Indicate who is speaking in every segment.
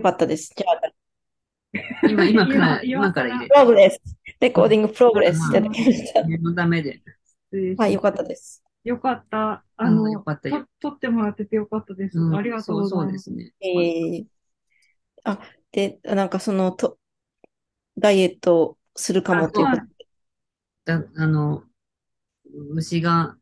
Speaker 1: かったです。じゃあ、
Speaker 2: 今、今から、
Speaker 3: 今
Speaker 2: 今から入れ
Speaker 1: プログレス。レコーディングプログレス
Speaker 2: まあ
Speaker 1: いただきました。
Speaker 2: る。念のためで。
Speaker 1: はい、よかったです。
Speaker 3: よかった。
Speaker 2: あ
Speaker 3: あ
Speaker 2: の、よ
Speaker 3: の、
Speaker 2: かったよ
Speaker 3: と、。撮ってもらっててよかったです。
Speaker 2: うん
Speaker 3: ありがとうございます。
Speaker 2: そうそうですね。
Speaker 1: えー、あ、で、なんかその、と、ダイエットするかもということ
Speaker 2: だ、あの、牛が、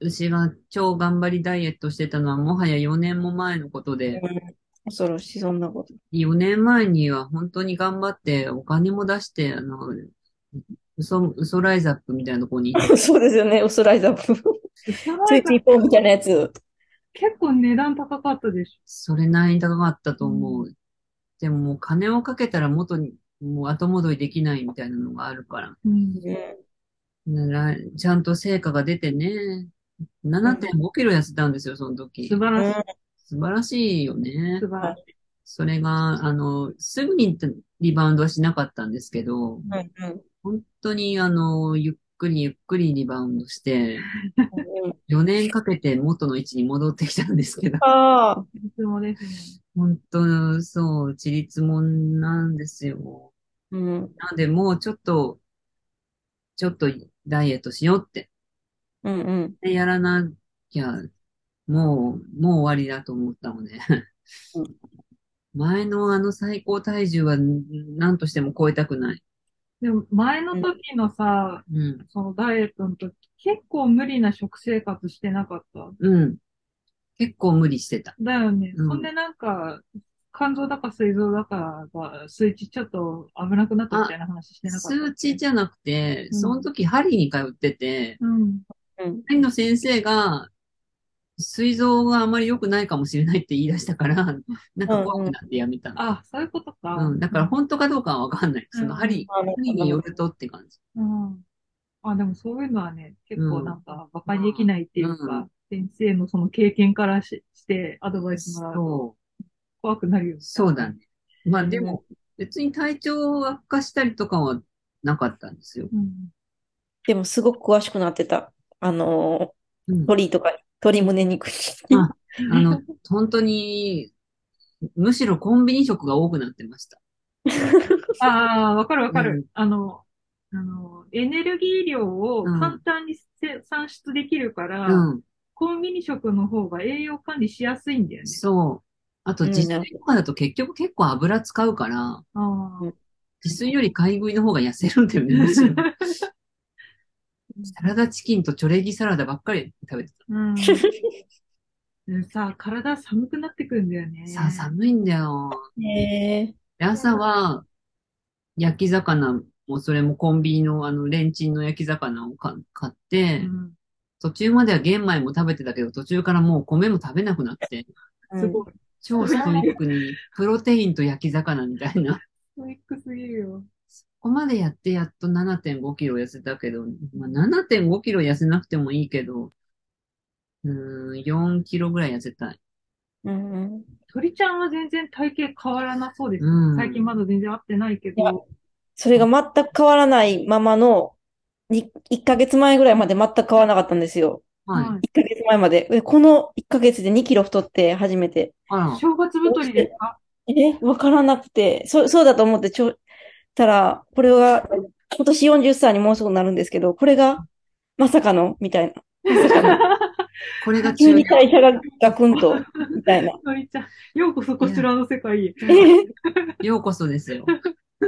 Speaker 2: 牛が超頑張りダイエットしてたのはもはや4年も前のことで、
Speaker 1: うん恐ろしい、そんなこと。
Speaker 2: 4年前には本当に頑張ってお金も出して、あの、嘘、嘘ライザップみたいなとこに行って、
Speaker 1: そうですよね、ウスライザップ。
Speaker 3: やば
Speaker 1: つ
Speaker 3: い
Speaker 1: いついポンみたいなやつ。
Speaker 3: 結構値段高かったでし
Speaker 2: それなりに高かったと思う。でももう金をかけたら元に、もう後戻りできないみたいなのがあるから。
Speaker 3: ょ。うん
Speaker 2: ならちゃんと成果が出てね。7.5キロ痩せたんですよ、その時。
Speaker 3: 素晴らしい。
Speaker 2: 素晴らしいよね
Speaker 3: 素。晴らしい。
Speaker 2: それが、あの、すぐにリバウンドはしなかったんですけど、
Speaker 1: うんうん
Speaker 2: 本当に、あの、ゆっくりゆっくりリバウンドして、
Speaker 1: うん
Speaker 2: 4年かけて元の位置に戻ってきたんですけど、
Speaker 1: ああ、
Speaker 3: いつもですね。
Speaker 2: 本当、そう、自立もんなんですよ。
Speaker 1: うん、
Speaker 2: なので、もうちょっと、ちょっとダイエットしようって。
Speaker 1: うん、うん。
Speaker 2: でやらなきゃ、もう、もう終わりだと思ったので。
Speaker 1: う
Speaker 2: 前のあの最高体重は何としても超えたくない。
Speaker 3: でも、前の時のさ、
Speaker 2: うん。
Speaker 3: そのダイエットの時、結構無理な食生活してなかった。
Speaker 2: うん。結構無理してた。
Speaker 3: だよね。
Speaker 2: うん
Speaker 3: そんでなんか、肝臓だか膵臓だかが、数値ちょっと危なくなったみたいな話してなかった。
Speaker 2: 数値じゃなくて、
Speaker 3: うん
Speaker 2: その時針に通ってて、
Speaker 3: うん。
Speaker 2: 針の先生が、膵臓があまり良くないかもしれないって言い出したから、なんか怖くなってやめたの。
Speaker 3: あ、そういうことか。
Speaker 2: うん。だから本当かどうかはわかんない。その針、
Speaker 1: あの、
Speaker 2: 針によるとって感じ。
Speaker 3: うん。あ、でもそういうのはね、結
Speaker 2: う
Speaker 3: 構
Speaker 2: ん
Speaker 3: なんか、馬鹿にできないっていう
Speaker 2: う
Speaker 3: か、先生のその経験からし、してアドバイスもらうと
Speaker 2: そう。
Speaker 3: 怖くなるよね。
Speaker 2: そうだね。まあでも、別に体調悪化したりとかはなかったんですよ。
Speaker 3: うん。
Speaker 1: でもすごく詳しくなってた。あの
Speaker 2: う
Speaker 1: ー、
Speaker 2: ん、
Speaker 1: 鳥とか、鳥胸肉に。
Speaker 2: ああの、本当に、むしろコンビニ食が多くなってました。
Speaker 3: ああ、わかるわか
Speaker 2: う
Speaker 3: る。あの、あの、エネルギー量を
Speaker 2: うん
Speaker 3: 簡単にせ算出できるから、
Speaker 2: うん、
Speaker 3: コンビニ食の方が栄養管理しやすいんだよね。
Speaker 2: そう。あと
Speaker 1: うん
Speaker 2: 自炊とかだと結局結構油使うから、
Speaker 3: ああ、
Speaker 2: 自炊より買い食いの方が痩せるんだよね、むしろサラダチキンとチョレギサラダばっかり食べてた。
Speaker 3: うん。でさ、体寒くなってくるんだよね。
Speaker 2: さあ、寒いんだよ。
Speaker 1: へえ。
Speaker 2: で朝は、焼き魚も、それもコンビニのあの、レンチンの焼き魚をか買っ
Speaker 3: う
Speaker 2: て、
Speaker 3: ん。
Speaker 2: 途中までは玄米も食べてたけど、途中からもう米も食べなくなって、
Speaker 3: すごい。
Speaker 2: 超ストイック に、プロテインと焼き魚みたいな。
Speaker 3: ストイックすぎるよ。
Speaker 2: ここまでやってやっと7.5キロ痩せたけど、まあ、7.5キロ痩せなくてもいいけど、うーん、4キロぐらい痩せたい。
Speaker 1: うんうん。
Speaker 3: 鳥ちゃんは全然体型変わらなそうです。
Speaker 2: うん。
Speaker 3: 最近まだ全然会ってないけ
Speaker 1: いや
Speaker 3: ど、
Speaker 1: それが全く変わらないままの、に1ヶ月前ぐらいまで全く変わらなかったんですよ。
Speaker 2: は。
Speaker 3: はいい
Speaker 1: 1ヶ月前まで。でこの1ヶ月で2キロ太って初めて。
Speaker 2: あら、
Speaker 3: 正月太りですか
Speaker 1: え、わからなくて、そう、そうだと思ってちょ、たら、これは、今年40歳にもうすぐなるんですけど、これが、まさかの、みたいな。まさかの。
Speaker 2: これが
Speaker 1: 急
Speaker 2: 中
Speaker 1: に代謝がガクンと、みたい な。
Speaker 3: 鳥ちゃん、ようこそこちらの世界へ。
Speaker 2: ようこそです よ。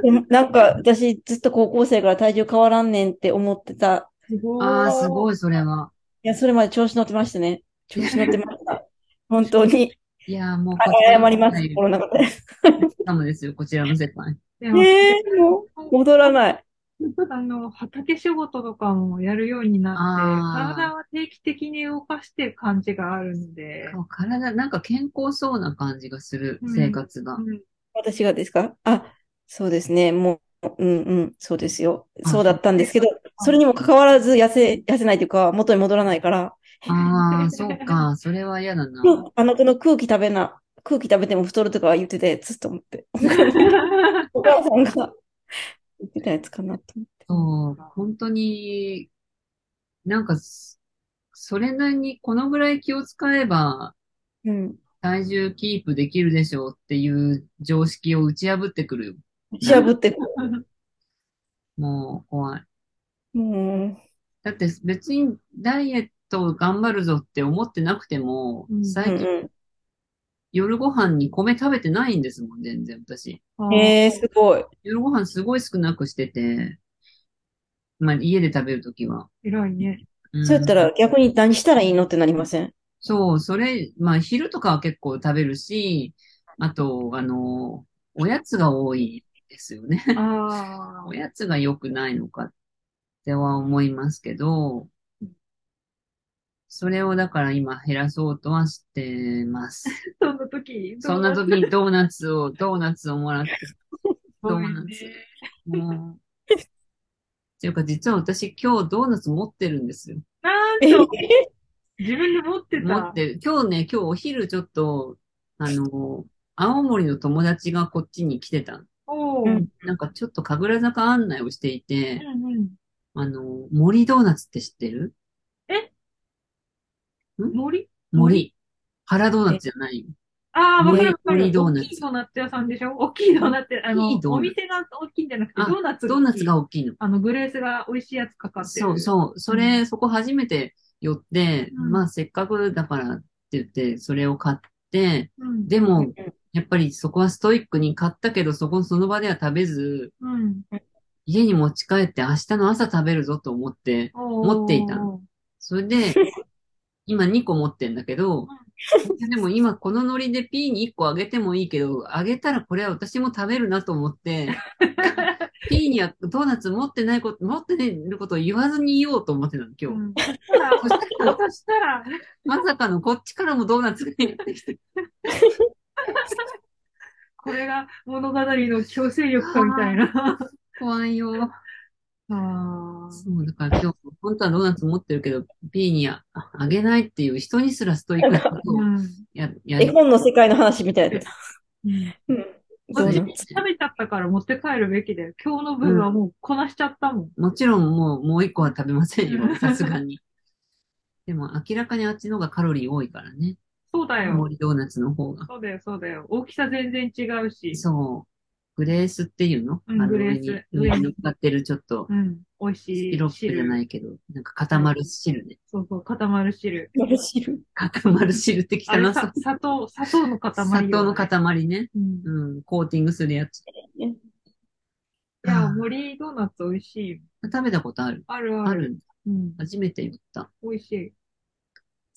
Speaker 1: でもなんか、私、ずっと高校生から体重変わらんねんって思ってた。
Speaker 3: すご
Speaker 2: ああ、す
Speaker 3: い。
Speaker 2: ごい、それは。
Speaker 1: いや、それまで調子乗ってましたね。調子乗ってま した。本当に、
Speaker 2: いやー、もう、こちら
Speaker 1: 謝
Speaker 2: の
Speaker 1: ります、
Speaker 2: 世界
Speaker 1: 心の中で。
Speaker 2: かもですよ、こちらの世 界。
Speaker 3: でも
Speaker 1: ええもう、戻らない。
Speaker 3: あの、畑仕事とかもやるようにな
Speaker 2: あー
Speaker 3: って、体は定期的に動かしてる感じがあるんで、
Speaker 2: 体、なんか健康そうな感じがする、
Speaker 3: うん
Speaker 2: 生活が。
Speaker 3: うん
Speaker 1: 私がですかあ、そうですね。もう、うんうん、そうですよ。そうだったんですけど、それにもかかわらず痩せ、痩せないというか、元に戻らないから、
Speaker 2: ああ、そう か、それは嫌だな。
Speaker 1: あの、この空気食べな、空気食べても太るとか言ってて、つっと思 って。お母さんが言ってたやつかなと思って。
Speaker 2: そう、本当に、なんかす、それなりにこのぐらい気を使えば、
Speaker 1: うん。
Speaker 2: 体重キープできるでしょうっていう常識を打ち破ってくるよ。
Speaker 1: 打ち破って、
Speaker 2: もう怖い。
Speaker 1: も
Speaker 2: だって別にダイエットを頑張るぞって思ってなくても
Speaker 3: う、ん
Speaker 1: う、う
Speaker 2: 最
Speaker 1: ん
Speaker 2: 近
Speaker 1: う
Speaker 2: 夜ご飯に米食べてないんですもん、全然私。
Speaker 1: ん。えー、すごい。
Speaker 2: 夜ご飯すごい少なくしてて、まあ家で食べるときは。
Speaker 3: 偉いね。
Speaker 2: うん
Speaker 1: そうやったら逆に何したらいいのってなりません
Speaker 2: そう、それ、まあ昼とかは結構食べるし、あと、あの、おやつが多いですよね。
Speaker 3: あ
Speaker 2: おやつが良くないのかっては思いますけど、それをだから今減らそうとはしてます。
Speaker 3: あ、そんな時、
Speaker 2: そんな時にドーナツを、ドーナツをもらって、
Speaker 3: ど
Speaker 2: ド
Speaker 3: う
Speaker 2: ー
Speaker 3: な
Speaker 2: ナ
Speaker 3: んです
Speaker 2: ツ。もう。っていうか実は私今日ドーナツ持ってるんですよ。
Speaker 3: なん
Speaker 1: え
Speaker 3: と、自分で持ってた。
Speaker 2: 持ってる。今日ね、今日お昼ちょっと、あの、青森の友達がこっちに来てた。
Speaker 3: おー。
Speaker 1: う
Speaker 3: うんん
Speaker 2: なんかちょっと神楽坂案内をしていて、
Speaker 3: うん。
Speaker 2: あの、森ドーナツって知ってる
Speaker 3: 森
Speaker 2: 森。原ドーナツじゃないよ。
Speaker 3: ああ、わかるわかる。
Speaker 2: 森ドーナツ
Speaker 3: 大きいドーナツ屋さんでしょ大きいドーナツ、あ
Speaker 2: い
Speaker 3: の
Speaker 2: い、ドーナツ
Speaker 3: お店が大きいんじゃなくて、
Speaker 2: あ
Speaker 3: ドーナツ
Speaker 2: ドーナツ
Speaker 3: 大きい。
Speaker 2: が大きいの。
Speaker 3: あの、グレースが美味しいやつかかってる。
Speaker 2: そうそう。それ、そこ初めて寄って、
Speaker 3: うん
Speaker 2: まあせっかくだからって言って、それを買って、
Speaker 3: うん。
Speaker 2: で
Speaker 1: う
Speaker 2: も
Speaker 1: ん、
Speaker 2: やっぱりそこはストイックに買ったけど、そこその場では食べず、
Speaker 3: うん。
Speaker 2: 家に持ち帰って明日の朝食べるぞと思って、持
Speaker 3: 持
Speaker 2: っていたそれ で、今2個持ってんだけど、でも今このノリで P に1個あげてもいいけど、あげたらこれは私も食べるなと思って、P にはドーナツ持ってないこと、持ってることを言わずに言おうと思ってたの、今日。
Speaker 3: うんそしたら
Speaker 2: そしたら
Speaker 3: そしたら、
Speaker 2: まさかのこっちからもドーナツがやってきて、
Speaker 3: これが物語の強制力かみた いな。
Speaker 2: 怖いよ。
Speaker 3: あー
Speaker 2: そう、だから今日、本当はドーナツ持ってるけど、P にああげないっていう人にすらストイックなことを
Speaker 3: うん
Speaker 2: や、や
Speaker 1: 絵
Speaker 2: り、
Speaker 1: 本の世界の話みたいな。
Speaker 3: うん
Speaker 1: うん。
Speaker 2: そ
Speaker 1: ど
Speaker 2: う
Speaker 1: う
Speaker 2: です
Speaker 1: なん
Speaker 2: ね
Speaker 3: 食べちゃったから持って帰るべきだよ。今日の分はもうこなしちゃったもん。
Speaker 2: もちろんもう、もう一個は食べません
Speaker 3: う
Speaker 2: よ、
Speaker 3: ん
Speaker 2: さすがに。でも明らかにあっちの方がカロリー多いからね。
Speaker 3: そうだよ。
Speaker 2: 森ドーナツの方が。
Speaker 3: そうだよ、そうだよ。大きさ全然違うし。
Speaker 2: そう。グレースっていうの
Speaker 3: うん
Speaker 2: あの
Speaker 3: グレー
Speaker 2: 上
Speaker 3: ス
Speaker 2: に、
Speaker 3: グ
Speaker 2: 上
Speaker 3: レース
Speaker 2: に乗っかってるちょっと
Speaker 3: う、ん。美味しい
Speaker 2: シロップじゃ
Speaker 3: 汁。
Speaker 2: ないけど、なんか固まる汁ね。
Speaker 3: そうそう、固まる汁。
Speaker 1: 汁。
Speaker 2: 固まる汁って
Speaker 3: あ
Speaker 2: 汚
Speaker 3: れ、
Speaker 2: さ
Speaker 3: さ、砂糖、砂糖の塊よ。
Speaker 2: 砂糖の塊ね。
Speaker 3: うん。
Speaker 2: うん、コーティングするやつ。
Speaker 3: いや、森ドーナツ美味しいよ。
Speaker 2: 食べたことある
Speaker 3: あるある。
Speaker 2: ある
Speaker 3: うん。
Speaker 2: 初めて言った。
Speaker 3: 美味しい。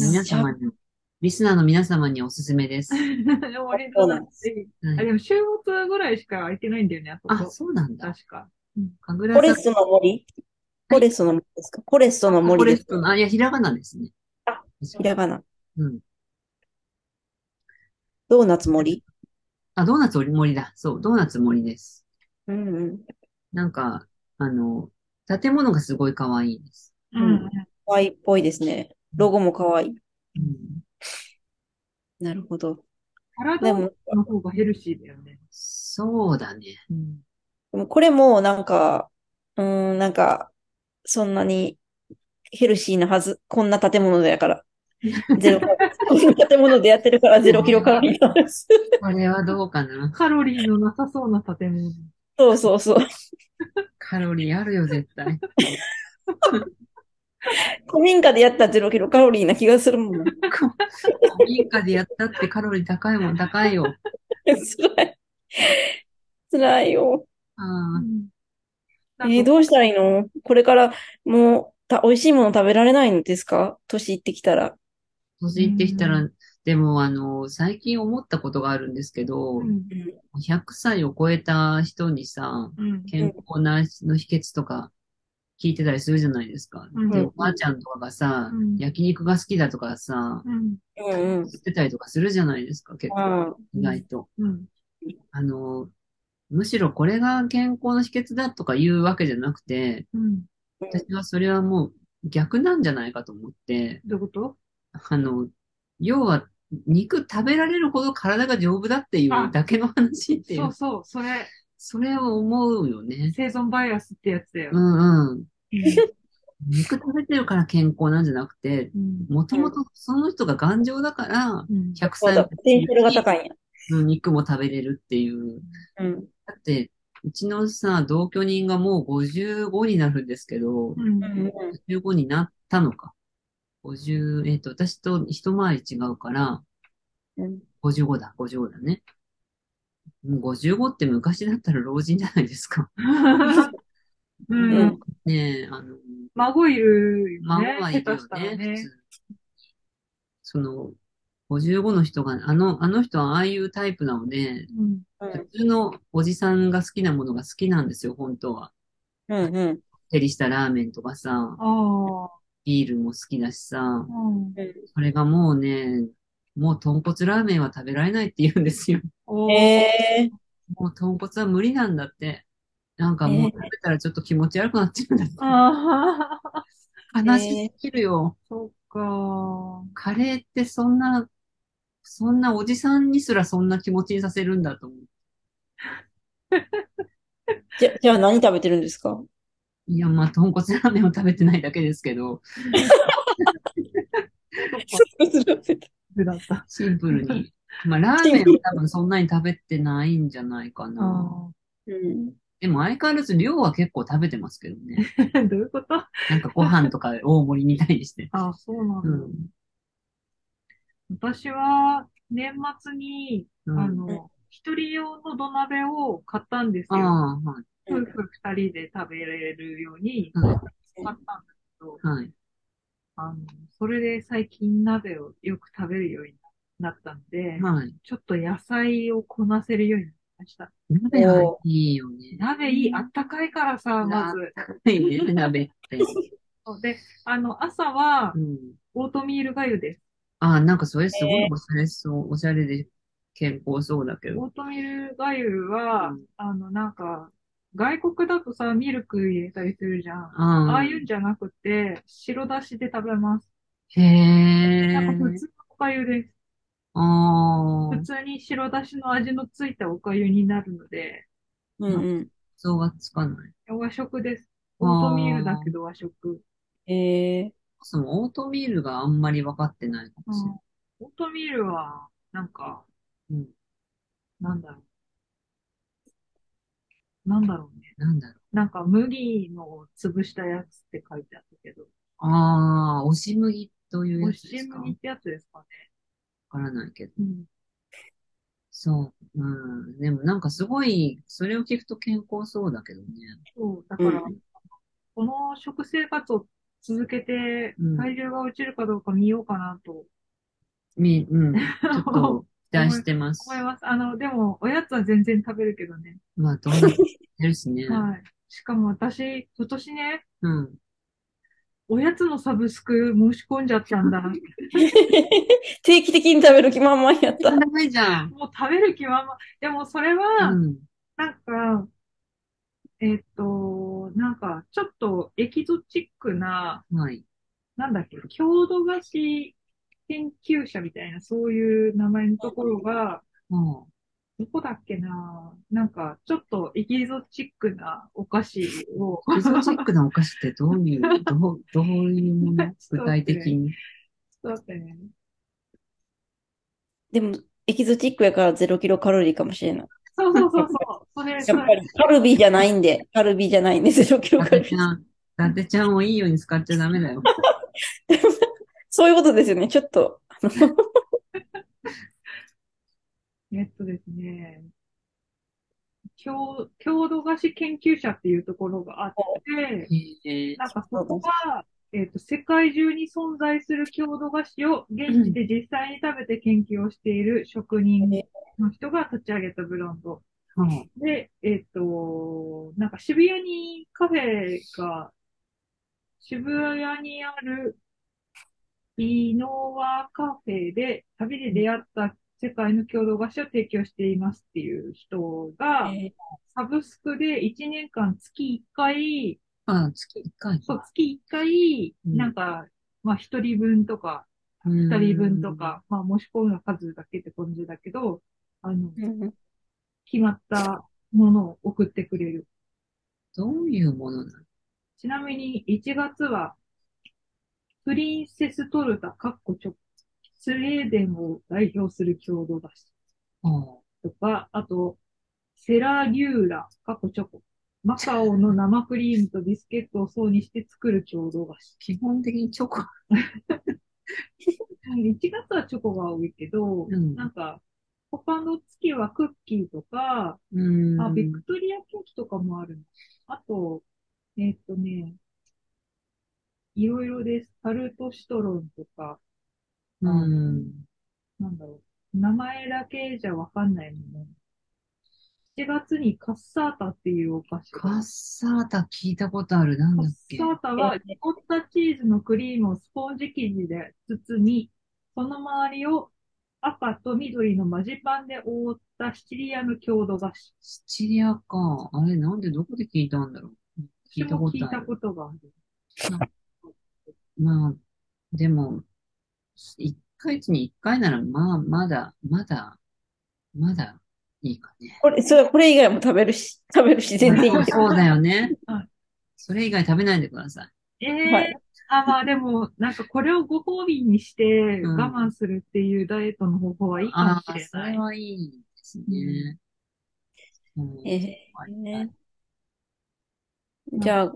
Speaker 2: 皆様に、リスナーの皆様におすすめです。
Speaker 3: 森ドーナツいい。
Speaker 2: はい
Speaker 3: あ、でも週末ぐらいしか空いてないんだよね、あそ
Speaker 2: あ、
Speaker 3: こ。
Speaker 2: そうなんだ。
Speaker 3: 確か。
Speaker 2: 神楽
Speaker 1: フォレ
Speaker 2: 坂
Speaker 1: ストの森フォレストの森ですかフォレストの森
Speaker 2: これ
Speaker 1: です
Speaker 2: そ。のあ、いや、ひらがなですね。
Speaker 1: あ、
Speaker 2: ひ
Speaker 1: ひらがな。
Speaker 2: うん。
Speaker 1: ドーナツ森
Speaker 2: あ、ドーナツ森だ。そう、ドーナツ森です。
Speaker 1: うんうん。
Speaker 2: なんか、あの、建物がすごい可愛いです。
Speaker 1: ん可愛いっぽいですね。ロゴも可愛い。
Speaker 2: うん。
Speaker 1: なるほど。で
Speaker 3: 体
Speaker 1: も、
Speaker 3: の方がヘルシーだよね。
Speaker 2: そうだね。
Speaker 3: うん。
Speaker 1: でもこれもなんか、うーん、なんか、そんなにヘルシーなはず。こんな建物だ から。ゼロカロリー。こんな建物でやってるからゼロキロカロリーなんです。
Speaker 2: これはどうかな。
Speaker 3: カロリーのなさそうな建物。
Speaker 1: そうそうそう。
Speaker 2: カロリーあるよ、絶対。
Speaker 1: 古民家でやったゼロキロカロリーな気がする もん。
Speaker 2: 古民家でやったってカロリー高いもん、高いよ。
Speaker 1: 辛い。辛いよ。
Speaker 2: あー
Speaker 1: えーどうしたらいいのこれからもうた美味しいもの食べられないんですか年いってきたら。
Speaker 2: 年いってきた
Speaker 3: う
Speaker 2: ら、でも、あの、最近思ったことがあるんですけど、
Speaker 3: うん。
Speaker 2: 100歳を超えた人にさ、
Speaker 3: うん。
Speaker 2: 健康なの秘訣とか聞いてたりするじゃないですか。
Speaker 3: うん
Speaker 2: で、おばあちゃんとかがさ、
Speaker 3: うん
Speaker 2: 焼肉が好きだとかさ、
Speaker 3: うん。
Speaker 1: うんう
Speaker 2: 言
Speaker 1: ん。
Speaker 2: ってたりとかするじゃないですか、結構、
Speaker 1: あ
Speaker 3: うん
Speaker 2: 意外と。
Speaker 3: うん。
Speaker 2: あの、むしろこれが健康の秘訣だとか言うわけじゃなくて、
Speaker 3: うん。
Speaker 2: 私はそれはもう逆なんじゃないかと思って、
Speaker 3: どういうこと
Speaker 2: あの、要は肉食べられるほど体が丈夫だっていうだけの話ってい
Speaker 3: そう
Speaker 2: う、
Speaker 3: そう、それ、
Speaker 2: それを思うよね。
Speaker 3: 生存バイアスってやつだよ。
Speaker 2: うんうん。肉食べてるから健康なんじゃなくて、
Speaker 3: うん。
Speaker 2: もともとその人が頑丈だから、
Speaker 3: う
Speaker 2: 100
Speaker 3: ん。
Speaker 1: そう
Speaker 2: 歳
Speaker 1: だ、ポテンシャルが高いんや。
Speaker 2: の肉も食べれるっていう。
Speaker 1: うん。
Speaker 2: だって、うちのさ、同居人がもう55になるんですけど、
Speaker 3: うん
Speaker 1: うんうん。
Speaker 2: 55になったのか。50、えっと、私と一回り違うから、
Speaker 1: うん
Speaker 2: 55だ、55だね。もう55って昔だったら老人じゃないですか。
Speaker 3: うん
Speaker 1: うん
Speaker 2: ねえ、あの、
Speaker 3: 孫いるよ
Speaker 2: 孫
Speaker 3: ね。
Speaker 2: がいる
Speaker 3: 下手
Speaker 2: よ
Speaker 3: したら
Speaker 2: ね、普
Speaker 3: ね
Speaker 2: 通。に。その、55の人が、あの、あの人はああいうタイプなので、
Speaker 3: うん。
Speaker 1: うん
Speaker 2: 普通のおじさんが好きなものが好きなんですよ、本当は。
Speaker 1: うんうん。
Speaker 2: 照りしたラーメンとかさ、
Speaker 3: あ
Speaker 2: ビールも好きだしさ
Speaker 3: あ。、うん。
Speaker 2: それがもうね、もう豚骨ラーメンは食べられないって言うんですよ。
Speaker 3: おー
Speaker 1: え
Speaker 2: もう豚骨は無理なんだって。なんかもう
Speaker 1: えー
Speaker 2: 食べたらちょっと気持ち悪くなっちゃうんだって。
Speaker 3: ああ、
Speaker 2: 悲しすぎるよ。
Speaker 3: そっか。
Speaker 2: カレーってそんな、そんなおじさんにすらそんな気持ちにさせるんだと思う。
Speaker 1: ー、じゃ、じゃあ何食べてるんですか
Speaker 2: いや、まあ、豚骨ラーメンを食べてないだけですけど、
Speaker 3: 楽だった。
Speaker 2: シンプル に。まあ、ラーメンは多分そんなに食べてないんじゃないかな。
Speaker 3: あ
Speaker 1: うん。
Speaker 2: でも相変わらず量は結構食べてますけどね。
Speaker 3: あ、 どういうことあ
Speaker 2: なんかご飯とか大盛りみたいにして。
Speaker 3: あ、そうなんだ。
Speaker 2: うん。
Speaker 3: 私は、年末に、
Speaker 2: うん、
Speaker 3: あの、一人用の土鍋を買ったんです
Speaker 2: あ
Speaker 3: よ。
Speaker 2: あ、はい。
Speaker 3: 夫婦二人で食べれるように
Speaker 2: はい。
Speaker 3: 買ったんですけど、
Speaker 2: はい。
Speaker 3: あの、それで最近鍋をよく食べるようになったんで、
Speaker 2: はい。
Speaker 3: ちょっと野菜をこなせるようになりました。
Speaker 2: 鍋はいいよね。
Speaker 3: 鍋いい、あったかいからさ、まず。
Speaker 2: いいね、鍋って。
Speaker 3: で、あの、朝は
Speaker 2: う、ん。
Speaker 3: オートミールがゆです。
Speaker 2: ああ、なんかそれすごいおしゃれそう。おしゃれで健康そうだけど。
Speaker 3: オートミールがゆは、
Speaker 2: うん
Speaker 3: あの、なんか、外国だとさ、ミルク入れたりするじゃん。
Speaker 2: あ
Speaker 3: あ
Speaker 2: あ
Speaker 3: あいうんじゃなくて、白だしで食べます。
Speaker 2: へえ。
Speaker 3: なんか普通のおかゆです。
Speaker 2: ああ
Speaker 3: 普。通に白だしの味のついたおかゆになるので、
Speaker 1: うん
Speaker 2: 想像がつかない。
Speaker 3: 和食です。
Speaker 2: あ
Speaker 3: オ
Speaker 2: ー
Speaker 3: ートミールだけど和食。
Speaker 1: うん。え
Speaker 2: そもそもオートミールがあんまり分かってないかもしれ
Speaker 3: うんオートミールは、なんか、
Speaker 2: うん
Speaker 3: なんだろう。なんだろうね。
Speaker 2: ない。なんだろう。
Speaker 3: なんか麦の潰したやつって書いてあったけど、
Speaker 2: ああ、押し麦という
Speaker 3: 押
Speaker 2: やつで
Speaker 3: し
Speaker 2: すか
Speaker 3: 麦ってやつですかね。
Speaker 2: わからないけど。
Speaker 3: うん。
Speaker 2: そう。うん。でもなんかすごい、それを聞くと健康そうだけどね。
Speaker 3: そう、だから、
Speaker 1: うん
Speaker 3: この食生活を続けて
Speaker 2: うん、
Speaker 3: 体重が落ちるかどうか見ようかなと
Speaker 2: み、うん。ちょっと期待してます。
Speaker 3: 思います。あの、でも、おやつは全然食べるけどね。
Speaker 2: まあ、どうなってるしね。
Speaker 3: はい。しかも私、今年ね、
Speaker 2: うん。
Speaker 3: おやつのサブスク申し込んじゃったんだ。
Speaker 1: ー、 定期的に食べる気満々やっ
Speaker 2: ダ
Speaker 1: た。
Speaker 2: メじゃん。
Speaker 3: もう食べる気はま、でもそれ
Speaker 2: う
Speaker 3: は、
Speaker 2: ん。
Speaker 3: なんか、えっと、なんか、ちょっとエキゾチックな、
Speaker 2: はい。
Speaker 3: なんだっけ、郷土菓子研究者みたいな、そういう名前のところが、
Speaker 2: も
Speaker 3: どこだっけななんか、ちょっとエキゾチックなお菓子を、
Speaker 2: う、エゾチックなお菓子ってどういう、 どう、どういうもの具体的に。
Speaker 3: だってね、
Speaker 1: でも、エキゾチックやからゼロキロカロリーかもしれない。
Speaker 3: そうそうそうそう、それ、
Speaker 1: やっぱり、カルビーじゃないんで、カルビーじゃないんで、ゼロキロ
Speaker 2: 伊
Speaker 1: カロリ
Speaker 2: 達ち
Speaker 1: ー。
Speaker 2: ゃん、伊達ちゃんをいいように使っちゃダメだ よ。
Speaker 1: そういうことですよね。ちょっと、
Speaker 3: えっとですね、郷、郷土菓子研究者っていうところがあって、
Speaker 2: へえ
Speaker 3: なんかそこが、えっと、世界中に存在する郷土菓子を現地で実際に食べて研究をしている職人の人が立ち上げたブランド。
Speaker 2: はい
Speaker 3: で、えっと、なんか渋谷にカフェが、渋谷にあるイノワカフェで旅で出会った世界の郷土菓子を提供していますっていう人が、サブスクで1年間月1回、
Speaker 2: あ、月1回。
Speaker 3: そう、月1回、
Speaker 2: うん
Speaker 3: なんか、まあ1人分とか
Speaker 2: 二
Speaker 3: 2人分と。か、まあ申し込む数だけって感じだけど、あの、
Speaker 1: うん
Speaker 3: 決まったものを送ってくれる。
Speaker 2: どういうものなの
Speaker 3: ちなみに1月は、プリンセストルタ、かっこちょ、スウェーデンを代表する郷土菓子
Speaker 2: あ
Speaker 3: とか、あと、セラリューラ、かっこチョコ。マカオの生クリームとビスケットを層にして作る郷土菓子。
Speaker 2: 基本的にチョコ。
Speaker 3: 1月はチョコが多いけど、
Speaker 2: ん
Speaker 3: なんか、他の月はクッキーとか、
Speaker 2: うん。
Speaker 3: あ、ビクトリアケーキとかもあるの。あと、えーっとね、いろいろです。タルトシトロンとか、
Speaker 2: うん。
Speaker 3: なんだろう。名前だけじゃわかんないもの。7月にカッサータっていうお菓子が。
Speaker 2: カッサータ聞いたことある。なん
Speaker 3: カ
Speaker 2: だ
Speaker 3: ッ
Speaker 2: っけ
Speaker 3: サータは、リコッタチーズのクリームをスポンジ生地で包み、その周りを赤と緑のマジパンで覆ったシチリアの郷土菓子。
Speaker 2: シチリアか。あれ、なんでどこで聞いたんだろう。聞いた
Speaker 3: 私も
Speaker 2: こ
Speaker 3: 聞い
Speaker 2: とあ
Speaker 3: た
Speaker 2: る。
Speaker 3: ことがある。
Speaker 2: まあ、でも、一ヶ月に一回なら、まあ、まだ、まだ、まだいいかね。
Speaker 1: これ、それ、これ以外も食べるし、食べるし、全然いい。
Speaker 2: そうだよね
Speaker 3: はい。
Speaker 2: それ以外食べないでください。
Speaker 3: ええ
Speaker 1: はい
Speaker 3: あ、 まあでも、なんかこれをご褒美にして
Speaker 2: うん
Speaker 3: 我慢するっていうダイエットの方法はいいかも
Speaker 2: あ
Speaker 3: し
Speaker 2: あ、
Speaker 3: れ
Speaker 2: そ
Speaker 3: な
Speaker 2: れ
Speaker 3: い。
Speaker 2: はいいですね。うん
Speaker 1: え
Speaker 2: はい
Speaker 1: じゃあ、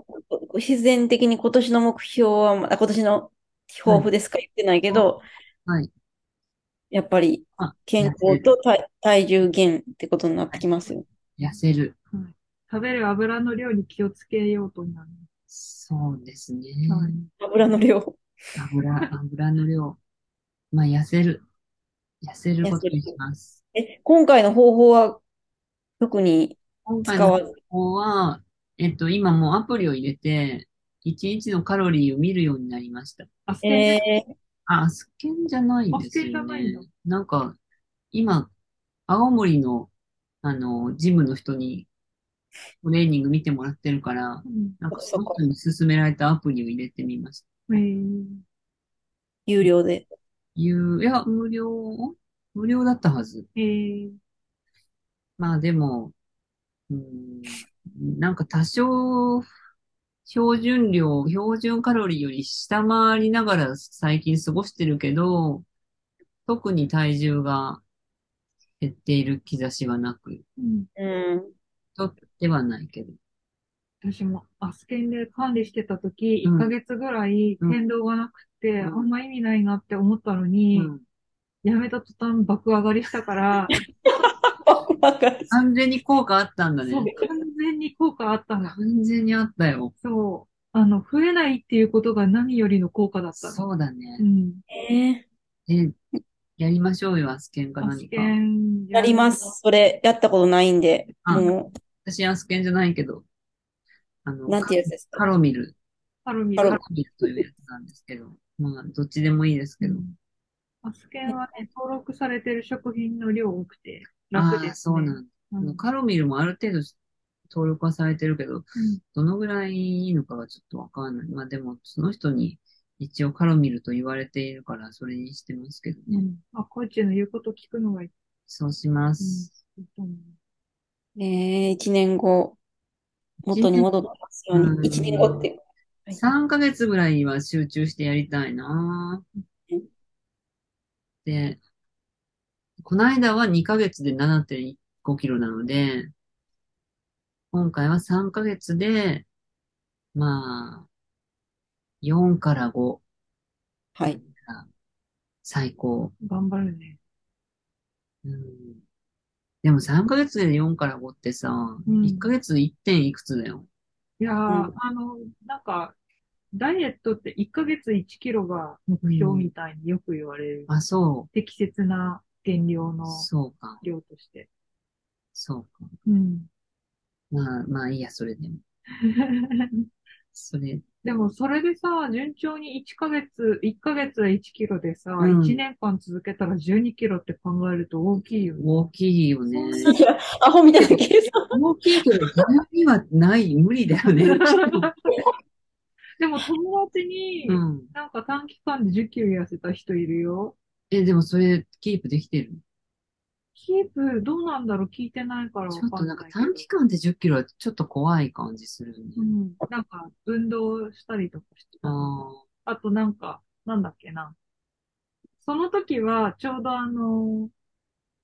Speaker 1: ご必然的に今年の目標は、まあ今年の抱負ですか言ってないけど、
Speaker 2: はい。
Speaker 1: やっぱり
Speaker 2: あ
Speaker 1: 健康と体、体重減ってことになってきますよ。
Speaker 2: 痩せる。
Speaker 3: 食べる油の量に気をつけようとなる。
Speaker 2: そうですね。
Speaker 3: はい
Speaker 1: 油の量。
Speaker 2: 油、油の量。まあ、痩せる。痩せることにします。
Speaker 1: え、今回の方法は、特に
Speaker 2: 今
Speaker 1: 使
Speaker 2: 回の
Speaker 1: わず。
Speaker 2: 方法は、えっと、今もうアプリを入れて、1日のカロリーを見るようになりました。
Speaker 3: あ、ス
Speaker 1: え
Speaker 3: テ
Speaker 1: ー、
Speaker 2: あ、アスケンじゃないんです
Speaker 3: アスケンじ
Speaker 2: よ
Speaker 3: ゃないんだ
Speaker 2: ね。なんか、今、青森の、あの、ジムの人に、トレーニング見てもらってるから、なんか、そ
Speaker 1: そっ
Speaker 2: の
Speaker 1: か
Speaker 2: 人に勧められたアプリを入れてみました。
Speaker 3: うん。え
Speaker 1: 有料で。
Speaker 2: いう、いや、無料無料だったはず。
Speaker 3: ー、えー、
Speaker 2: まあでも、うーん、なんか多少、標準量、標準カロリーより下回りながら最近過ごしてるけど、特に体重が減っている兆しはなく、
Speaker 3: うん。
Speaker 1: うん。
Speaker 2: とではないけど。
Speaker 3: 私もアスケンで管理してた時、
Speaker 2: うん
Speaker 3: 1ヶ月ぐらい
Speaker 2: うん
Speaker 3: 変動がなくて、
Speaker 2: うん
Speaker 3: あんま意味ないなって思ったの
Speaker 2: う
Speaker 3: に、
Speaker 2: ん。
Speaker 3: やめた途端爆上がりした から、
Speaker 1: わかる
Speaker 2: 完全に効果あったんだね。
Speaker 3: そう、完全に効果あったの。
Speaker 2: 完全にあったよ。
Speaker 3: そう。あの、増えないっていうことが何よりの効果だったの。
Speaker 2: そうだ
Speaker 3: う
Speaker 2: ね。
Speaker 3: ん。
Speaker 1: ね。
Speaker 2: え、やりましょうよ、アスケンか
Speaker 3: ア
Speaker 2: 何
Speaker 3: ス
Speaker 2: か。
Speaker 3: ケン
Speaker 1: やります。。それ、やったことないんで、
Speaker 2: あ
Speaker 1: も
Speaker 2: 私、アスケンじゃないけど、あの、
Speaker 1: う、なんていうやつですか
Speaker 2: カロミル。
Speaker 3: ハロミ
Speaker 1: ハ
Speaker 2: カ
Speaker 1: ロ
Speaker 2: ロミルというやつなんですけど、まあ、どっちでもいいですけど。
Speaker 3: アスケンはね、登録されてる食品の量多くて、
Speaker 2: あ
Speaker 3: 楽
Speaker 2: あ
Speaker 3: で
Speaker 2: ー、
Speaker 3: す
Speaker 2: そう
Speaker 3: ね。
Speaker 2: なんだ。
Speaker 3: うん
Speaker 2: もうカロミルもある程度登録はされてるけど、どのぐらいいいのかがちょっとわかんない。まあでも、その人に一応カロミルと言われているから、それにしてますけど
Speaker 3: う
Speaker 2: ね。
Speaker 3: ん。あ、コーチの言うこと聞くのがいい
Speaker 2: そうします。
Speaker 3: と思う。
Speaker 1: ねえ、一年後、元に戻ってますよう
Speaker 2: うん
Speaker 1: に。一年後って。はい
Speaker 2: 3ヶ月ぐらいは集中してやりたいな
Speaker 1: うん。
Speaker 2: で、この間は2ヶ月で7.5キロなので、今回は3ヶ月で、まあ、4から5、
Speaker 1: はい。
Speaker 2: 最高。
Speaker 3: 頑張るね。
Speaker 2: うん、でも3ヶ月で4から5ってさ、
Speaker 3: うん
Speaker 2: 1ヶ月 1. 点いくつだよ。
Speaker 3: いやー、
Speaker 1: うん
Speaker 3: あの、なんか、ダイエットって1ヶ月1キロが目標みたいによく言われる。
Speaker 2: あ、そ
Speaker 3: 適切な減量
Speaker 2: う、
Speaker 3: の
Speaker 2: そうか、
Speaker 3: 量として。
Speaker 2: そうか。
Speaker 3: うん。
Speaker 2: まあ、まあいいや、それでも。それ、
Speaker 3: でも、それでさ、順調に1ヶ月、1ヶ月で1キロでさ、
Speaker 2: うん
Speaker 3: 1年間続けたら12キロって考えると大きいよね。
Speaker 2: 大きいよね。
Speaker 1: いや、 アホみたいな計算。
Speaker 2: 大きいけど、それにはない、無理だよね。
Speaker 3: でも、友達に
Speaker 2: う、ん。
Speaker 3: なんか短期間で10キロ痩せた人いるよ。
Speaker 2: え、でもそれ、キープできてる
Speaker 3: キープどうなんだろう聞いてないから
Speaker 2: ち
Speaker 3: わ
Speaker 2: ょっ
Speaker 3: か
Speaker 2: と
Speaker 3: ん
Speaker 2: なん
Speaker 3: な
Speaker 2: か
Speaker 3: いけど
Speaker 2: 短期間で10キロはちょっと怖い感じするよね。
Speaker 3: うん。なんか、運動したりとかしてた。
Speaker 2: あ
Speaker 3: あとなんか、なんだっけな。その時は、ちょうどあの、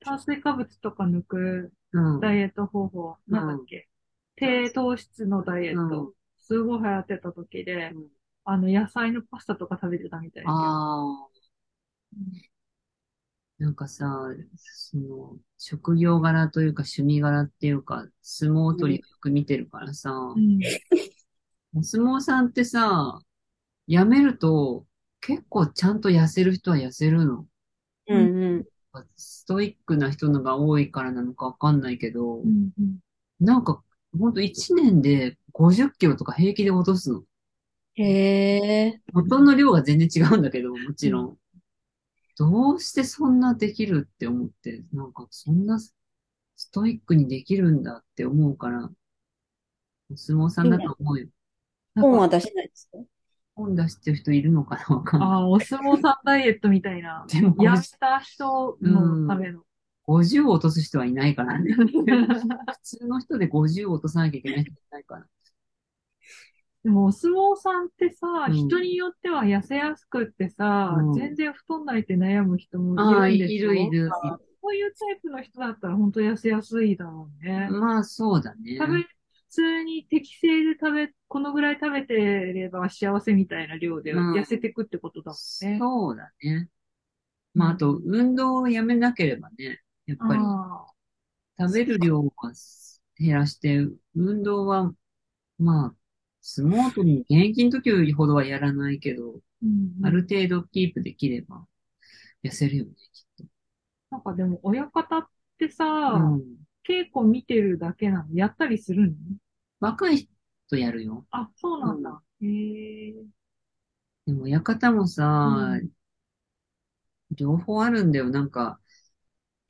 Speaker 3: 炭水化物とか抜く
Speaker 2: あ、うん。
Speaker 3: ダイエット方法、なんだっけ。低糖質のダイエッ
Speaker 2: う
Speaker 3: ト
Speaker 2: ん。
Speaker 3: すごい流行ってた時で、
Speaker 2: うん
Speaker 3: あの、野菜のパスタとか食べてたみたいな。
Speaker 2: ああ。なんかさ、その、職業柄というか趣味柄っていうか、相撲取りをよく見てるからさ、
Speaker 3: うん。
Speaker 2: お相撲さんってさ、辞めると、結構ちゃんと痩せる人は痩せるの。
Speaker 1: うんうん。
Speaker 2: ストイックな人のが多いからなのかわかんないけど、
Speaker 3: うんうん
Speaker 2: なんか、ほんと1年で50キロとか平気で落とすの。
Speaker 1: へえ。
Speaker 2: 元の量が全然違うんだけど、もちろん。どうしてそんなできるって思って、なんかそんなストイックにできるんだって思うから、お相撲さんだと思うよ。なん
Speaker 1: 本
Speaker 2: か
Speaker 1: は出してないですか
Speaker 2: 本出してる人いるのかなわかんない。
Speaker 3: ああ、お相撲さんダイエットみた いな。
Speaker 2: でもこれ
Speaker 3: やった人のための。
Speaker 2: 50を落とす人はいないから ね。普通の人で50を落とさなきゃいけない人いないから。
Speaker 3: でも、お相撲さんってさ、
Speaker 2: うん
Speaker 3: 人によっては痩せやすくってさ、
Speaker 2: うん
Speaker 3: 全然太んないって悩む人も
Speaker 2: ああ、
Speaker 3: い
Speaker 2: い
Speaker 3: るんでしょ
Speaker 2: るいる。
Speaker 3: そういうタイプの人だったら本当痩せやすいだろうね。
Speaker 2: まあそうだね。
Speaker 3: 食べ、普通に適正で食べ、このぐらい食べてれば幸せみたいな量で
Speaker 2: うん
Speaker 3: 痩せてくってことだもんね。
Speaker 2: そうだね。まああと、運動をやめなければね、やっぱり。
Speaker 3: ああ
Speaker 2: 食べる量は減らして、運動は、まあ、相撲取り、現役の時よりほどはやらないけど、
Speaker 3: うんうん
Speaker 2: ある程度キープできれば、痩せるよね、きっ
Speaker 3: なんかでも、親方ってさ、
Speaker 2: と。うん。
Speaker 3: 稽古見てるだけなのやったりするの
Speaker 2: 若い人やるよ。
Speaker 3: あ、そうなんだ。へえ。
Speaker 2: でも、親方もさ、両方あるんだよ。なんか、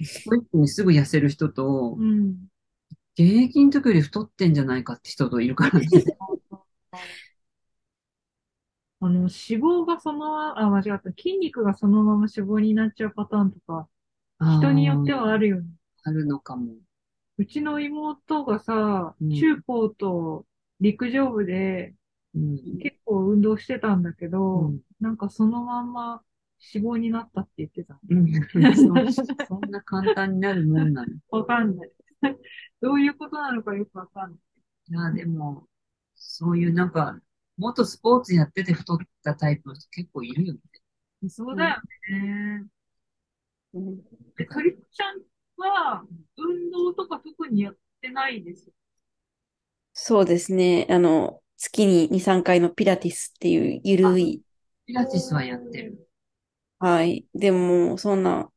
Speaker 2: ストイックにすぐ痩せる人と
Speaker 3: う、ん。
Speaker 2: 現役の時より太ってんじゃないかって人といるからね。
Speaker 3: あの、脂肪がそのまま、あ、間違った。筋肉がそのまま脂肪になっちゃうパターンとか、 人によってはあ
Speaker 2: る。
Speaker 3: るよね。
Speaker 2: あるのかも。
Speaker 3: うちの妹がさ
Speaker 2: う、ん
Speaker 3: 中高と陸上部で
Speaker 2: うん。
Speaker 3: 結構運動してたんだけ
Speaker 2: う
Speaker 3: ど
Speaker 2: ん、
Speaker 3: なんかそのまんま脂肪になったって言ってた。
Speaker 2: うんそそんな 簡単になるもんなの。い
Speaker 3: わかんない。 どういうことなのかよくわかんない。
Speaker 2: や、でも、そういうなんか、元スポーツやってて太ったタイプの人結構いるよね。
Speaker 3: そうだよね。
Speaker 1: うん
Speaker 3: で、かりこちゃんは運動とか特にやってないです。
Speaker 1: そうですね。あの、月に2、3回のピラティスっていうゆるい。
Speaker 2: ピラティスはやってる。
Speaker 1: はい。でも、そんな、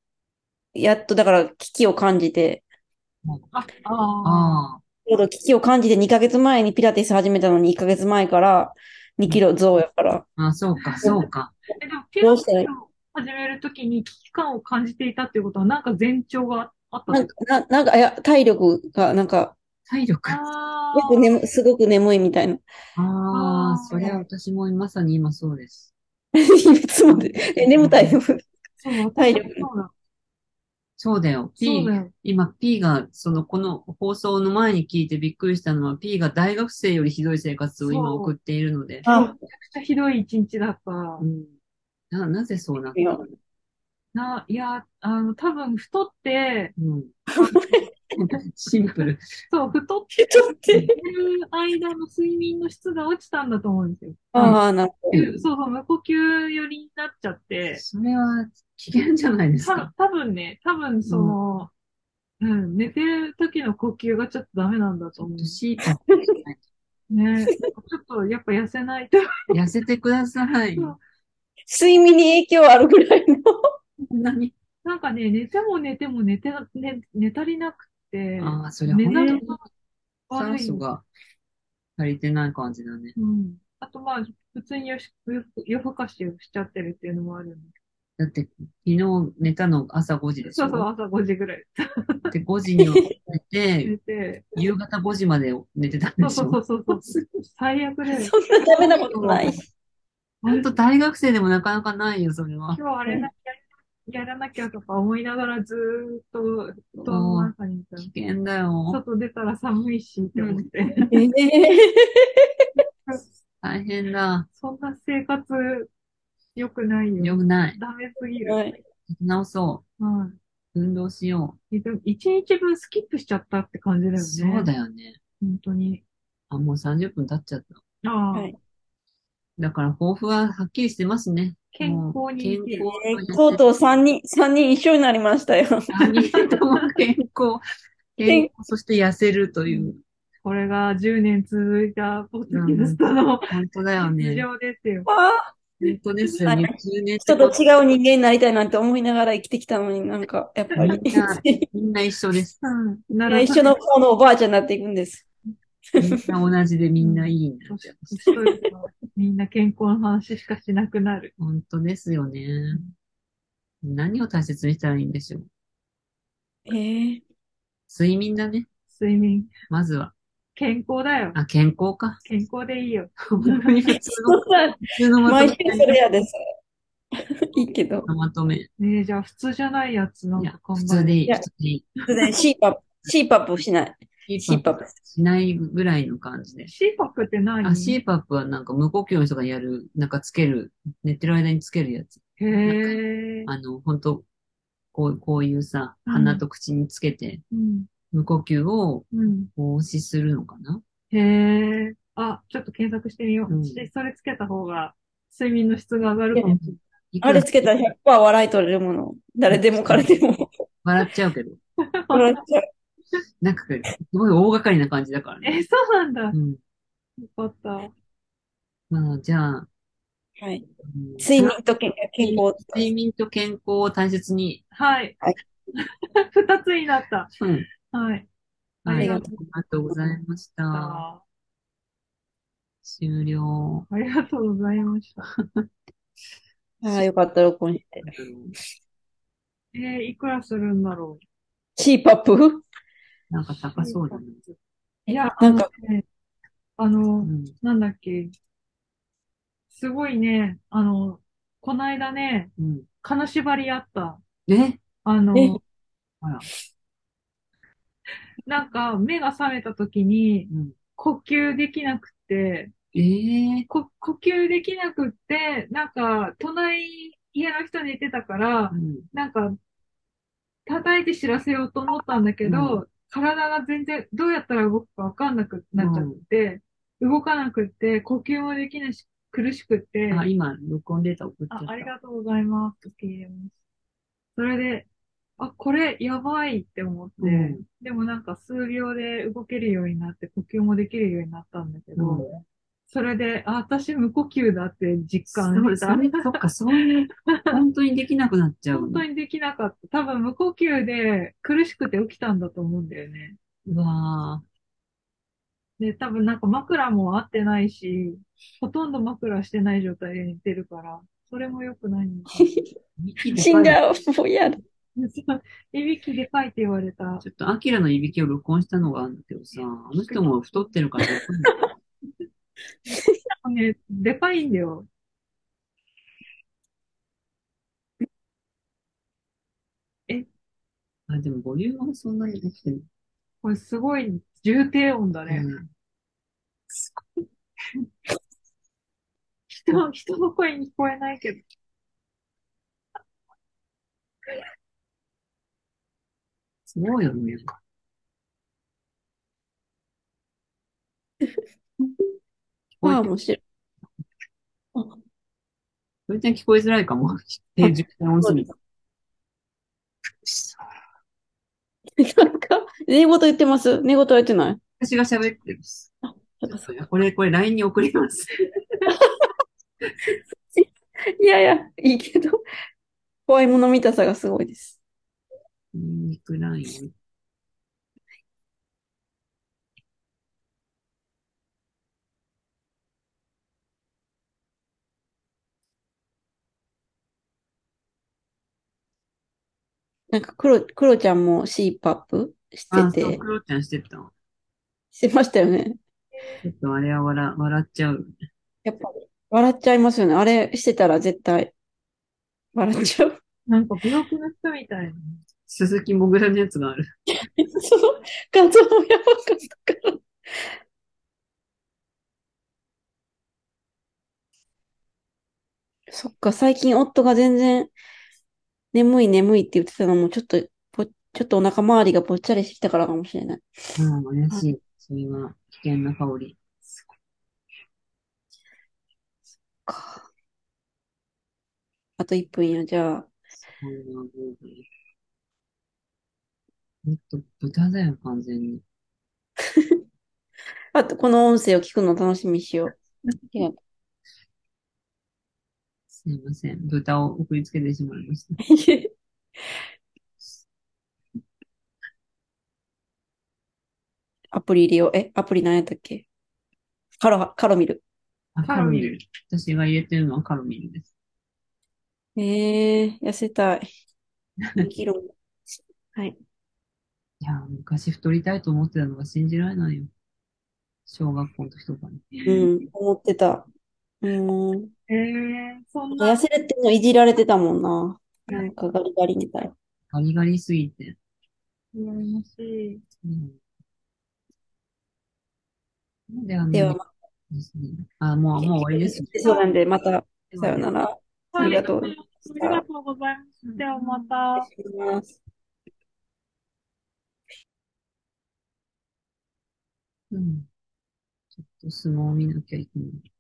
Speaker 1: やっとだから危機を感じて、
Speaker 3: あ、ああ、
Speaker 2: ああ、
Speaker 1: ちょうど危機を感じて2ヶ月前にピラティス始めたのに1ヶ月前から2キロ増やから。
Speaker 2: あそうか、そうか。
Speaker 3: え、でも、ピラティスを始めるときに危機感を感じていたっていうことは、なんか前兆があったん
Speaker 1: な
Speaker 3: で
Speaker 1: ん
Speaker 3: すか
Speaker 1: か、な、なんか、いや、体力がなんか、
Speaker 2: 体力。あ
Speaker 3: あ
Speaker 1: よく眠、すごく眠いみたいな。
Speaker 2: あ
Speaker 3: あー、
Speaker 2: そりゃ私もまさに今そうです。
Speaker 1: いつもで、え、眠たいの。
Speaker 3: ー、そう、
Speaker 1: 体力
Speaker 3: そうだ。
Speaker 2: そうだよ。
Speaker 3: そ
Speaker 2: P
Speaker 3: うだ、よ。
Speaker 2: 今 P が、その、この放送の前に聞いてびっくりしたのは、P が大学生よりひどい生活を今
Speaker 3: そう
Speaker 2: 送っているので、
Speaker 1: あ、
Speaker 3: めちゃくちゃひどい一日だった。
Speaker 2: うん。な、なぜそうなった
Speaker 1: いや
Speaker 2: の
Speaker 3: な、いや、あの、多分太って、
Speaker 2: うん。 シンプル。
Speaker 3: そう、太っ
Speaker 1: ちょっと
Speaker 3: てる間の睡眠の質が落ちたんだと思うんですよ。
Speaker 1: ああ、なるほど。
Speaker 3: そうそう、無呼吸寄りになっちゃって、
Speaker 2: それは危険じゃないです
Speaker 3: た
Speaker 2: か。
Speaker 3: 多分ね、多分その、うん、寝てる時の呼吸がちょっとダメなんだ
Speaker 2: ち
Speaker 3: と
Speaker 2: ょ
Speaker 3: 思
Speaker 2: っ
Speaker 3: う
Speaker 2: と。シーパ
Speaker 3: ね、ちょっとやっぱ痩せないと。
Speaker 2: 痩せてください。
Speaker 3: そう
Speaker 1: 睡眠に影響あるぐらいの。
Speaker 2: こんなに。
Speaker 3: なんかね、寝ても寝ても寝てな、寝、寝足りなくて、
Speaker 2: ああ、それ
Speaker 3: 寝
Speaker 2: 本当
Speaker 3: 覚
Speaker 2: に
Speaker 3: めが悪
Speaker 2: 酸
Speaker 3: い
Speaker 2: 素
Speaker 3: んだ。
Speaker 2: が足りてない感じだね。
Speaker 3: うん。あとまあ、普通に夜し夜夜更かしをしちゃってるっていうのもあるんだ
Speaker 2: だって、昨日寝たの朝5時
Speaker 3: け
Speaker 2: で
Speaker 3: ど
Speaker 2: しょ
Speaker 3: そうそう、朝5時ぐらい
Speaker 2: で、5時に起き
Speaker 3: 寝
Speaker 2: て、
Speaker 3: て、
Speaker 2: 夕方5時まで寝てたんで
Speaker 3: そう
Speaker 2: し
Speaker 3: そう
Speaker 2: ょ
Speaker 3: そうそうそう、最悪だよ。
Speaker 1: そんなダメなことない。
Speaker 2: 本当大学生でもなかなかないよ、それは。
Speaker 3: 今日あれだ、やりやらなきゃとか思いながらずーっと、布団の中にいた。
Speaker 2: 危険だよ。
Speaker 3: 外出たら寒いしって思って。
Speaker 1: ええ
Speaker 2: 大変だ。
Speaker 3: そんな生活良くないよ。
Speaker 2: よくない。
Speaker 3: ダメす ぎ
Speaker 1: ー。は
Speaker 3: る。
Speaker 1: い。
Speaker 2: 直そ
Speaker 3: は
Speaker 2: う。運動しよ
Speaker 3: い。でも一日分スキップしちゃったって感じだよ
Speaker 2: う。
Speaker 3: ね。
Speaker 2: そうだよね。
Speaker 3: 本当に。
Speaker 2: あ、もう30分経っちゃった。
Speaker 3: ああ、
Speaker 1: はい
Speaker 2: だから抱負ははっきりしてますね。
Speaker 3: 健康に生
Speaker 2: もう
Speaker 3: き
Speaker 2: 健
Speaker 3: る。
Speaker 1: え
Speaker 2: 康
Speaker 1: ーとうとう3人、三人一緒になりましたよ。
Speaker 2: 三人とも健康、健康、そして痩せるという。
Speaker 3: これが10年続いたポッドキャストの
Speaker 2: 本当だよ
Speaker 3: 日
Speaker 2: ね。
Speaker 3: 常ですよ。
Speaker 1: あ
Speaker 2: 本当ですよ。
Speaker 1: はい
Speaker 2: 20年っ
Speaker 1: 人
Speaker 2: て
Speaker 1: と
Speaker 2: こ
Speaker 1: 違う
Speaker 2: と
Speaker 1: 人間になりたいなんて思いながら生きてきたのになんか、やっぱり。
Speaker 2: みんなみんな一緒 です。
Speaker 3: うん。なら、
Speaker 1: 一緒の顔のおばあちゃんになっていくんです。
Speaker 2: みんな同じでみんないいんだって。
Speaker 3: 年取るとみんな健康の話しかしなくなる。
Speaker 2: 本当ですよね。何を大切にしたらいいんでしょう。
Speaker 1: ええ
Speaker 2: 睡眠だね。
Speaker 3: 睡眠。
Speaker 2: まずは。
Speaker 3: 健康だよ。
Speaker 2: あ、健康か。
Speaker 3: 健康でいいよ。
Speaker 2: 本当に普通の、普通のま
Speaker 1: 毎
Speaker 2: とめ。
Speaker 1: 週それやです。 いいけど。
Speaker 2: まとめ。い
Speaker 3: ねえ、じゃあ普通じゃないやつなん
Speaker 2: や
Speaker 3: か、考
Speaker 2: 普
Speaker 3: え
Speaker 2: 通でいい。
Speaker 1: いや
Speaker 2: 普通でい
Speaker 1: 突然 CPAP、CPAP しない。
Speaker 2: い。
Speaker 1: CPAP。
Speaker 2: しないぐらいの感じで。
Speaker 3: シーパックって何
Speaker 2: あ、CPAP はなんか無呼吸の人がやる、なんかつける、寝てる間につけるやつ。
Speaker 3: へえ。
Speaker 2: あの、本当こう、こういうさ、
Speaker 3: うん
Speaker 2: 鼻と口につけて、
Speaker 3: うん。
Speaker 2: 無呼吸を
Speaker 3: うん。
Speaker 2: 防止するのかな
Speaker 3: へえ。あ、ちょっと検索してみよう。
Speaker 2: うん
Speaker 3: でそれつけた方が、睡眠の質が上がるかもしれない。
Speaker 2: いく
Speaker 1: あ
Speaker 2: ら
Speaker 1: れつけたら100%笑い取れるもの。誰でも彼でも。
Speaker 2: 笑っちゃうけど。
Speaker 1: 笑っちゃう。
Speaker 2: なんか、すごい大掛かりな感じだからね。
Speaker 3: え、そうなんだ。よ
Speaker 2: うん。
Speaker 3: かった。
Speaker 2: まあ、じゃあ、
Speaker 1: はい。
Speaker 2: うん
Speaker 1: 睡眠と健健康。
Speaker 2: 睡眠と健康を大切に。
Speaker 3: はい
Speaker 1: はい。
Speaker 3: 二つになった。
Speaker 2: うん。
Speaker 3: はい。
Speaker 2: は
Speaker 1: あり
Speaker 2: い。あ
Speaker 1: が
Speaker 2: り
Speaker 1: と
Speaker 2: がとうございました。
Speaker 3: あ
Speaker 2: 終了。
Speaker 3: ありがとうございました。
Speaker 1: ああ、よかった、録音して。
Speaker 3: えー、いくらするんだろ
Speaker 1: CPAP?
Speaker 2: なんか高そうだね。
Speaker 3: う。いや、
Speaker 1: な
Speaker 3: あ
Speaker 1: ん
Speaker 3: の
Speaker 1: か、
Speaker 3: ね、あの
Speaker 2: う、ん。
Speaker 3: なんだっけ。すごいね、あの、こないだね、
Speaker 2: うん。
Speaker 3: 金縛りあった。
Speaker 2: え
Speaker 3: あ
Speaker 1: え
Speaker 3: の
Speaker 2: あら、
Speaker 3: なんか目が覚めた時に
Speaker 2: うん。
Speaker 3: 呼吸できなくて、
Speaker 2: ええ
Speaker 3: こ、呼吸できなくって、なんか隣家の人寝てたから
Speaker 2: う、ん。
Speaker 3: なんか叩いて知らせようと思ったんだけ
Speaker 2: う
Speaker 3: ど、体が全然どうやったら動くかわかんなくなっちゃって、動かなくって、呼吸もできないし、苦しくって、
Speaker 2: あ、今、録音データ送っちゃ
Speaker 3: あ
Speaker 2: っ、
Speaker 3: あり
Speaker 2: た。
Speaker 3: がとうございます。受け入れます。それで、あ、これやばいって思って、
Speaker 2: うん
Speaker 3: でもなんか数秒で動けるようになって、呼吸もできるようになったんだけど、
Speaker 2: うん
Speaker 3: それで、あ、私無呼吸だって実
Speaker 2: そ
Speaker 3: 感
Speaker 2: う、
Speaker 3: し
Speaker 2: そ
Speaker 3: た。
Speaker 2: れ、そっか、そういう、本当にできなくなっちゃう
Speaker 3: 本当
Speaker 2: の。
Speaker 3: にできなかった。多分無呼吸で苦しくて起きたんだと思うんだよね。
Speaker 2: うわ
Speaker 3: で、多分なんか枕も合ってないし、ほとんど枕してない状態で寝てるから、それも良くないのか
Speaker 2: ぁ。
Speaker 1: 死んじゃう。もう嫌だ。
Speaker 3: な。ちょっといびきでかいって言われた。
Speaker 2: ちょっと、アキラのいびきを録音したのがあるんだけどさ、あの人も太ってるから、
Speaker 3: ね、でかいんだよ。
Speaker 2: あ、でもボリュームはそんなにできてる。
Speaker 3: これすごい重低音だね。
Speaker 2: うん
Speaker 3: 人の、人の声に聞こえないけど。
Speaker 2: すごいよね。聞こえ
Speaker 1: ああ、
Speaker 2: て、
Speaker 1: 面白い。
Speaker 2: それじゃ聞こえづらいかも。定住音すぎて
Speaker 1: なんか、寝言言ってます寝言は言ってない
Speaker 2: 私が喋ってるし。
Speaker 1: なんかそ
Speaker 2: これ、これ、LINE に送ります。
Speaker 1: ういやいや、いいけど。怖いもの見たさがすごいです。
Speaker 2: ニンニクライン。
Speaker 1: なんか、黒、黒ちゃんも CPAP し
Speaker 2: あ、
Speaker 1: て
Speaker 2: そう、
Speaker 1: て、
Speaker 2: クロちゃんしてた。
Speaker 1: してましたよね。
Speaker 2: ちょっとあれは笑、笑っちゃう。
Speaker 1: やっぱり、笑っちゃいますよね。あれしてたら絶対、笑っちゃう。
Speaker 3: なんか病気の人みたいな。
Speaker 2: 鈴木もぐらのやつがある。
Speaker 1: その画像もやばかったから。そっか、最近夫が全然眠い眠いって言ってたのも、ちょっとぽ、ちょっとお腹周りがぽっちゃりしてきたからかもしれない。
Speaker 2: うん、怪しい。それは危険な香り。
Speaker 1: かあと1分や、じゃあ。
Speaker 2: えっと、豚だよ、完全に。
Speaker 1: あと、この音声を聞くのを楽しみにしよう。
Speaker 2: すいません。豚を送りつけてしまいました。
Speaker 1: アプリ入れよう。え、アプリ何やったっけカロハ、カロミル。
Speaker 2: あ
Speaker 3: カロミル。
Speaker 2: 私が入れてるのはカロミルです。
Speaker 1: ええ痩せたい。2キロ。 はい。
Speaker 2: いやー、昔太りたいと思ってたのが信じられないよ。小学校の時とかに。
Speaker 1: うん、思ってた。うん。
Speaker 3: えー、そん
Speaker 1: 痩
Speaker 3: な、
Speaker 1: せるってのいじられてたもんな。なんかガリガリみたい。
Speaker 2: ガリガリすぎて。
Speaker 3: 羨ましい。
Speaker 2: うんなんであん
Speaker 1: で
Speaker 2: な
Speaker 1: は、
Speaker 2: にですね。あ、もう、もう終わりですね。
Speaker 1: そうなんで、また、さようなら。ありがとうござい
Speaker 3: ありがとうございます。ではまた。
Speaker 1: ます。
Speaker 2: うん。ちょっと相撲を見なきゃいけない。